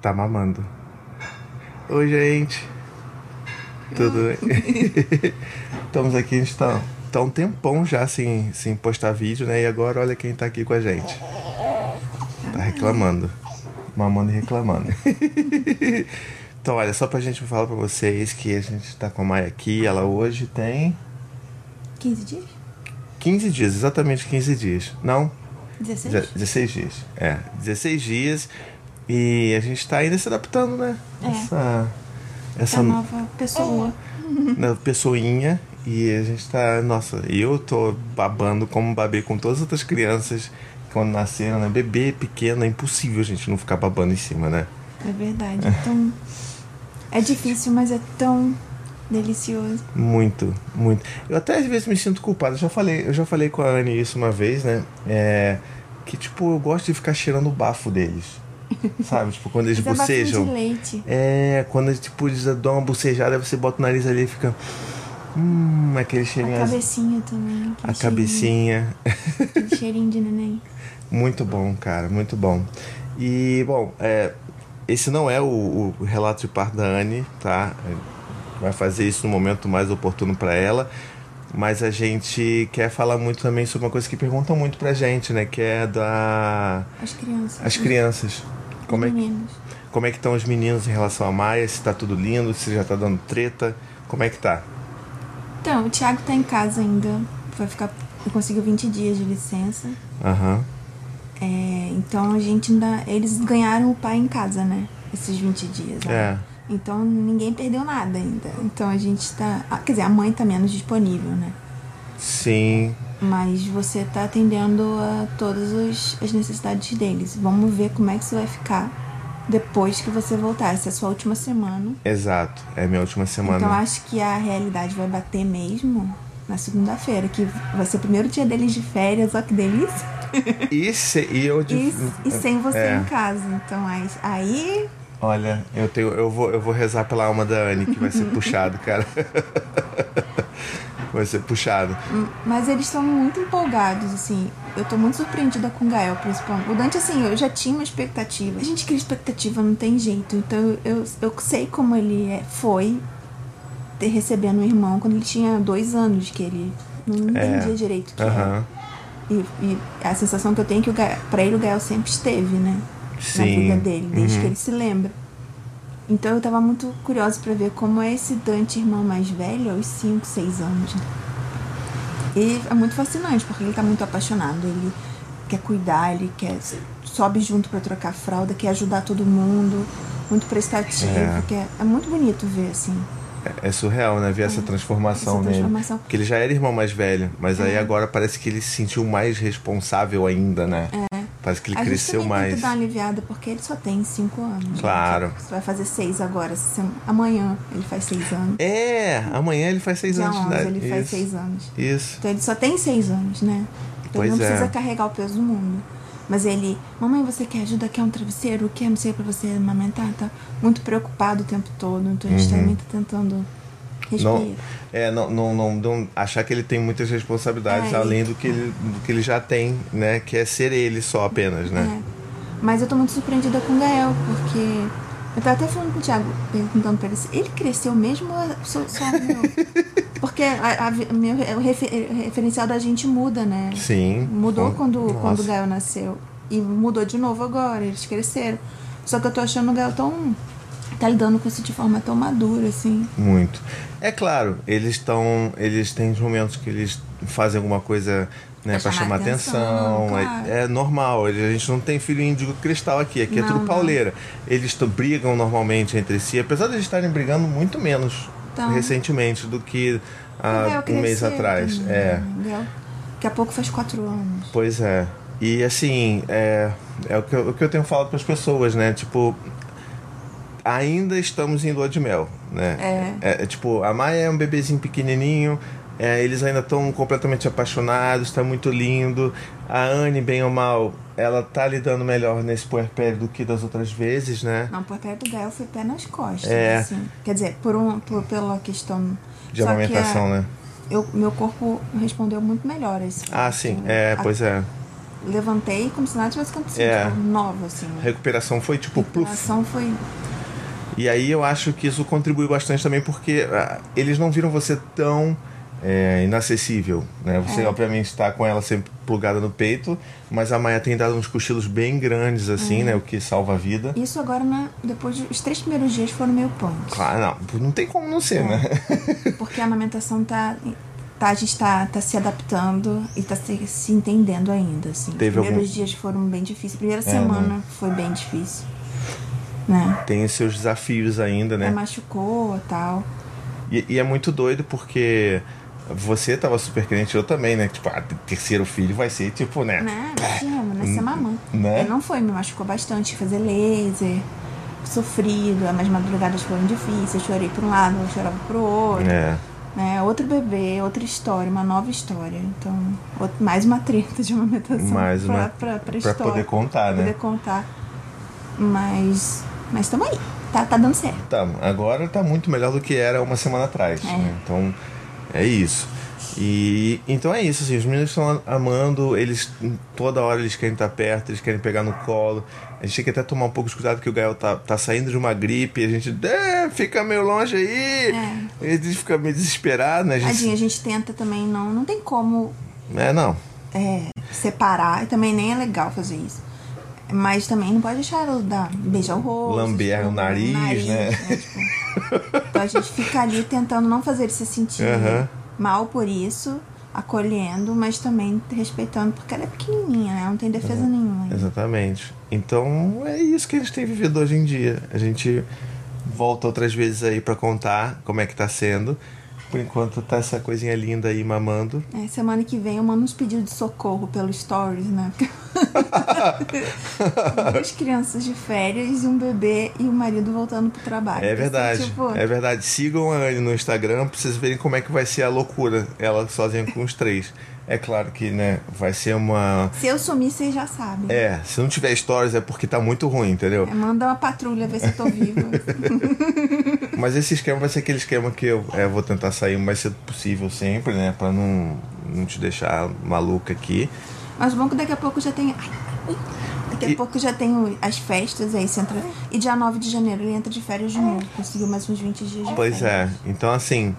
tá mamando. Oi, gente. Tudo bem? Estamos aqui, a gente tá, tá um tempão já sem, sem postar vídeo, né? E agora olha quem tá aqui com a gente. Tá reclamando. Mamando e reclamando. então, olha, só pra gente falar pra vocês que a gente tá com a Maia aqui. Ela hoje tem 15 dias? 15 dias, exatamente 15 dias. Não? 16? Deze- 16 dias. É, 16 dias. E a gente tá ainda se adaptando, né? É. Essa. Essa Essa nova pessoa. na pessoinha e a gente tá. Nossa, eu tô babando como babei com todas as outras crianças quando nasceram, né? Bebê pequeno, é impossível a gente não ficar babando em cima, né? É verdade. Então. É difícil, mas é tão delicioso. Muito, muito. Eu até às vezes me sinto culpado. Eu já falei, eu já falei com a Anne isso uma vez, né? É, que tipo, eu gosto de ficar cheirando o bafo deles. Sabe? Tipo, quando eles Mas é bastante bocejam. de leite. É, quando tipo, eles dão uma bocejada, você bota o nariz ali e fica. Hum, aquele A cheirinho. az- cabecinha também. aquele a cabecinha. cheirinho- Aquele cheirinho de neném. Muito bom, cara, muito bom. E, bom, é, esse não é o, o relato de parto da Anne, tá? É, Vai fazer isso no momento mais oportuno para ela. Mas a gente quer falar muito também sobre uma coisa que perguntam muito pra gente, né? Que é da. As crianças. As crianças. Como é, Os que- meninos. como é que estão os meninos em relação à Maia? Se tá tudo lindo, se já tá dando treta. Como é que tá? Então, o Thiago tá em casa ainda. Vai ficar. Conseguiu 20 dias de licença. Aham. É, então a gente ainda. Eles ganharam o pai em casa, né? Esses 20 dias. É. né? Então ninguém perdeu nada ainda. Então a gente tá. ah, Quer dizer, a mãe tá menos disponível, né? Sim. Mas você tá atendendo a todas os- as necessidades deles. Vamos ver como é que isso vai ficar depois que você voltar. Essa é a sua última semana. Exato. É minha última semana. Então acho que a realidade vai bater mesmo na segunda-feira, que vai ser o primeiro dia deles de férias, ó que delícia. E, se, e eu de- E, e sem você É. em casa. Então aí- aí Olha, eu, tenho, eu, vou, eu vou rezar pela alma da Anne, que vai ser puxado, cara. vai ser puxado. Mas eles estão muito empolgados, assim. Eu tô muito surpreendida com o Gael, principalmente. O Dante, assim, eu já tinha uma expectativa. A gente cria expectativa, não tem jeito. Então eu, eu sei como ele é- foi ter- recebendo um irmão quando ele tinha dois anos, que ele não entendia direito o que era. Aham. E, e a sensação que eu tenho é que o Gael, pra ele o Gael sempre esteve, né? Na Sim. vida dele, desde Uhum. que ele se lembra. Então eu tava muito curiosa pra ver como é esse Dante irmão mais velho, aos 5, 6 anos, né? E é muito fascinante, porque ele tá muito apaixonado. Ele quer cuidar, ele quer sobe junto pra trocar fralda, quer ajudar todo mundo, muito prestativo. É. Quer, é muito bonito ver, assim. É, é surreal, né? Ver essa transformação Essa transformação. É. nele. Porque ele já era irmão mais velho, mas aí agora parece que ele se sentiu mais responsável ainda, né? É. Parece que ele A gente cresceu também mais. tenta dar uma aliviada, porque ele só tem 5 anos. né? Claro. Você vai fazer 6 agora. se- Amanhã ele faz 6 anos. É, amanhã ele faz seis Dia anos de 11 idade. ele faz Isso. 6 anos. Isso. Então ele só tem 6 anos, né? Então Pois ele não é. precisa carregar o peso do mundo. Mas ele, mamãe, você quer ajuda? Quer um travesseiro? Quer não sei pra você amamentar? Tá muito preocupado o tempo todo. Então a gente também tá tentando respirar. Uhum. Não, é, não, não, não, não achar que ele tem muitas responsabilidades É, além ele- do que, ele, do que ele já tem, né? Que é ser ele só apenas, né? É. Mas eu tô muito surpreendida com o Gael, porque. Eu tava até falando com o Thiago, perguntando pra ele se ele cresceu mesmo ou é só, só meu? Porque a- a vi- meu- o refe- o referencial da gente muda, né? Sim. Mudou Com- quando, Nossa. quando o Gael nasceu. E mudou de novo agora, eles cresceram. Só que eu tô achando o Gael tão. tá lidando com isso de forma tão madura, assim. Muito. É claro, eles estão. Eles têm os momentos que eles fazem alguma coisa né, para chamar atenção. claro. é, é normal. eles- A gente não tem filho índigo cristal aqui. Aqui é Não, tudo não. pauleira. Eles tão- brigam normalmente entre si, apesar de eles estarem brigando muito menos Então. recentemente do que O há Gael um mês cresceu atrás. também, É. né? O Gael, daqui a pouco faz quatro anos. Pois é. E assim, é, é o, que eu, o que eu tenho falado para as pessoas, né? Tipo, ainda estamos em lua de mel, né? É. é tipo, a Maia é um bebezinho pequenininho, é, eles ainda estão completamente apaixonados, tá muito lindo. A Anne, bem ou mal, ela tá lidando melhor nesse puerpério do que das outras vezes, né? Não, o portrait do Gael foi pé nas costas, É. assim. Quer dizer, por um, por- pela questão... De Só que é amamentação, a- né? Eu, meu corpo respondeu muito melhor a esse Ah, fato, sim. né? É, A- pois é. levantei como se nada tivesse acontecido. É. Tipo, nova, assim. A recuperação foi tipo A pluf. recuperação foi. E aí eu acho que isso contribui bastante também porque ah, eles não viram você tão é, inacessível, né? Você É. obviamente está com ela sempre plugada no peito, mas a Maia tem dado uns cochilos bem grandes É. assim, né? O que salva a vida. Isso agora, né? Depois de... Os três primeiros dias foram meio pontos. Claro, não, não tem como não É. ser, né? Porque a amamentação tá. tá a gente tá, tá se adaptando e tá se, se entendendo ainda, assim. Teve Os primeiros algum- É, né? dias foram bem difíceis. Primeira semana foi bem difícil. Né? Tem os seus desafios ainda, né? Ela machucou e tal. E, e é muito doido porque você tava super crente, eu também, né? Tipo, ah, terceiro filho vai ser tipo, né? Né? Imagina, né? Ser mamã. Né? E Não foi, me machucou bastante. Fazer laser, sofrido. As madrugadas foram difíceis. Eu chorei pra um lado, eu chorava pro outro. É. Né? Outro bebê, outra história, uma nova história. Então, out- mais uma treta de amamentação Mais pra, uma- pra, pra Pra história. poder contar, poder né? contar. Mas. Mas estamos aí. Tá, tá dando certo. Tá, agora tá muito melhor do que era uma semana atrás. É. né? Então, é isso. E então é isso, assim, os meninos estão amando, eles toda hora eles querem estar perto, eles querem pegar no colo. A gente tem que até tomar um pouco de cuidado porque o Gael tá, tá saindo de uma gripe, e a gente "É, fica meio longe aí. Ele fica meio desesperado, né? A Tadinha, gente, a gente tenta também não. Não tem como é, não. é, separar. E também nem é legal fazer isso. Mas também não pode deixar ela dar, beijar o rosto. Lamber o nariz, né? tipo. então a gente fica ali tentando não fazer ele se sentir Aham. mal por isso, acolhendo, mas também respeitando, porque ela é pequenininha, né? Ela Não tem defesa nenhuma. ainda. Exatamente. Então é isso que a gente tem vivido hoje em dia. A gente volta outras vezes aí pra contar como é que tá sendo. Por enquanto tá essa coisinha linda aí mamando. É, semana que vem eu mando uns pedidos de socorro pelo Stories, né? Duas crianças de férias e um bebê e o marido voltando pro trabalho. É verdade. Assim, tipo, É verdade. Sigam a Anne no Instagram pra vocês verem como é que vai ser a loucura ela sozinha com os três. É claro que, né, vai ser uma. Se eu sumir, vocês já sabem. É, se não tiver stories é porque tá muito ruim, entendeu? É, manda uma patrulha ver se eu tô viva. Mas esse esquema vai ser aquele esquema que eu é, vou tentar sair o mais cedo possível sempre, né? Pra não, não te deixar maluca aqui. Mas o bom é que daqui a pouco já tem. ai, ui. Daqui a E- pouco já tem o- as festas, aí você entra. E dia 9 de janeiro ele entra de férias de novo. Conseguiu mais uns 20 dias de É. Pois férias. é, então assim,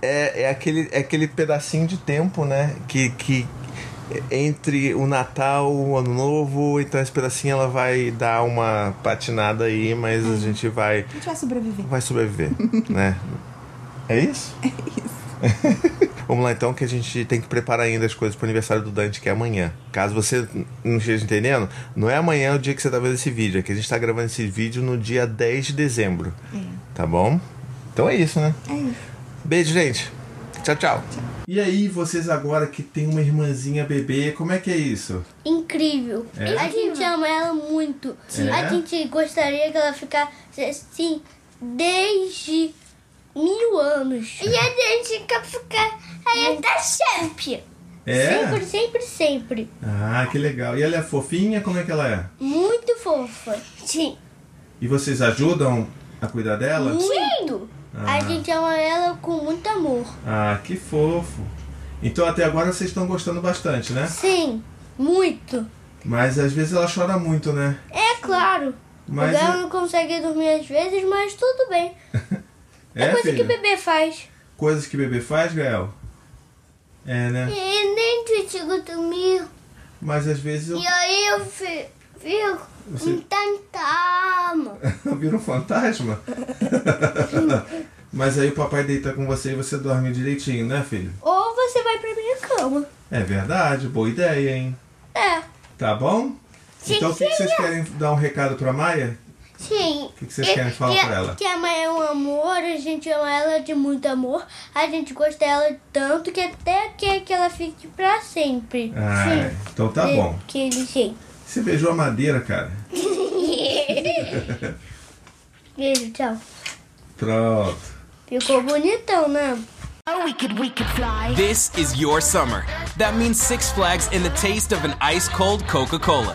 é, é, aquele, é aquele pedacinho de tempo, né? Que, que entre o Natal, o Ano Novo, então esse pedacinho ela vai dar uma patinada aí, mas a gente vai, A gente vai sobreviver. vai sobreviver, né? É isso? É isso. Vamos lá então, que a gente tem que preparar ainda as coisas pro aniversário do Dante, que é amanhã. Caso você não esteja entendendo, não é amanhã o dia que você tá vendo esse vídeo, é que a gente tá gravando esse vídeo no dia 10 de dezembro. Tá bom? Então é isso, né? É isso. Beijo, gente. Tchau, tchau. E aí, vocês agora que tem uma irmãzinha bebê, como é que é isso? Incrível. A gente ama ela muito. É? A gente gostaria que ela ficasse assim desde mil anos. E a gente quer ficar aí até sempre. É? Sempre, sempre, sempre. Ah, que legal. E ela é fofinha? Como é que ela é? Muito fofa. Sim. E vocês ajudam a cuidar dela? Muito. Ah. A gente ama ela com muito amor. Ah, que fofo. Então até agora vocês estão gostando bastante, né? Sim, muito. Mas às vezes ela chora muito, né? É claro. Mas o Galo é- não consegue dormir às vezes, mas tudo bem. É, coisa filho? que bebê faz. Coisas que bebê faz, Gael? É, né? E nem consigo dormir. Mas às vezes eu E aí eu fi- fico Você- com tanta alma. Vira um fantasma? Mas aí o papai deita com você e você dorme direitinho, né, filho? Ou você vai pra minha cama. É verdade, boa ideia, hein? É. Tá bom? Sim, então o que, que vocês senhor. querem dar um recado pra Maia? Sim. O que que vocês querem falar pra ela? Que a mãe é um amor, a gente ama ela de muito amor. A gente gosta dela tanto que até quer que ela fique pra sempre. Ah, Sim. então tá bom. Daquele jeito. Você beijou a madeira, cara. Beijo, tchau. Pronto. Ficou bonitão, né? This is your summer. That means Six Flags and the taste of an ice cold Coca Cola.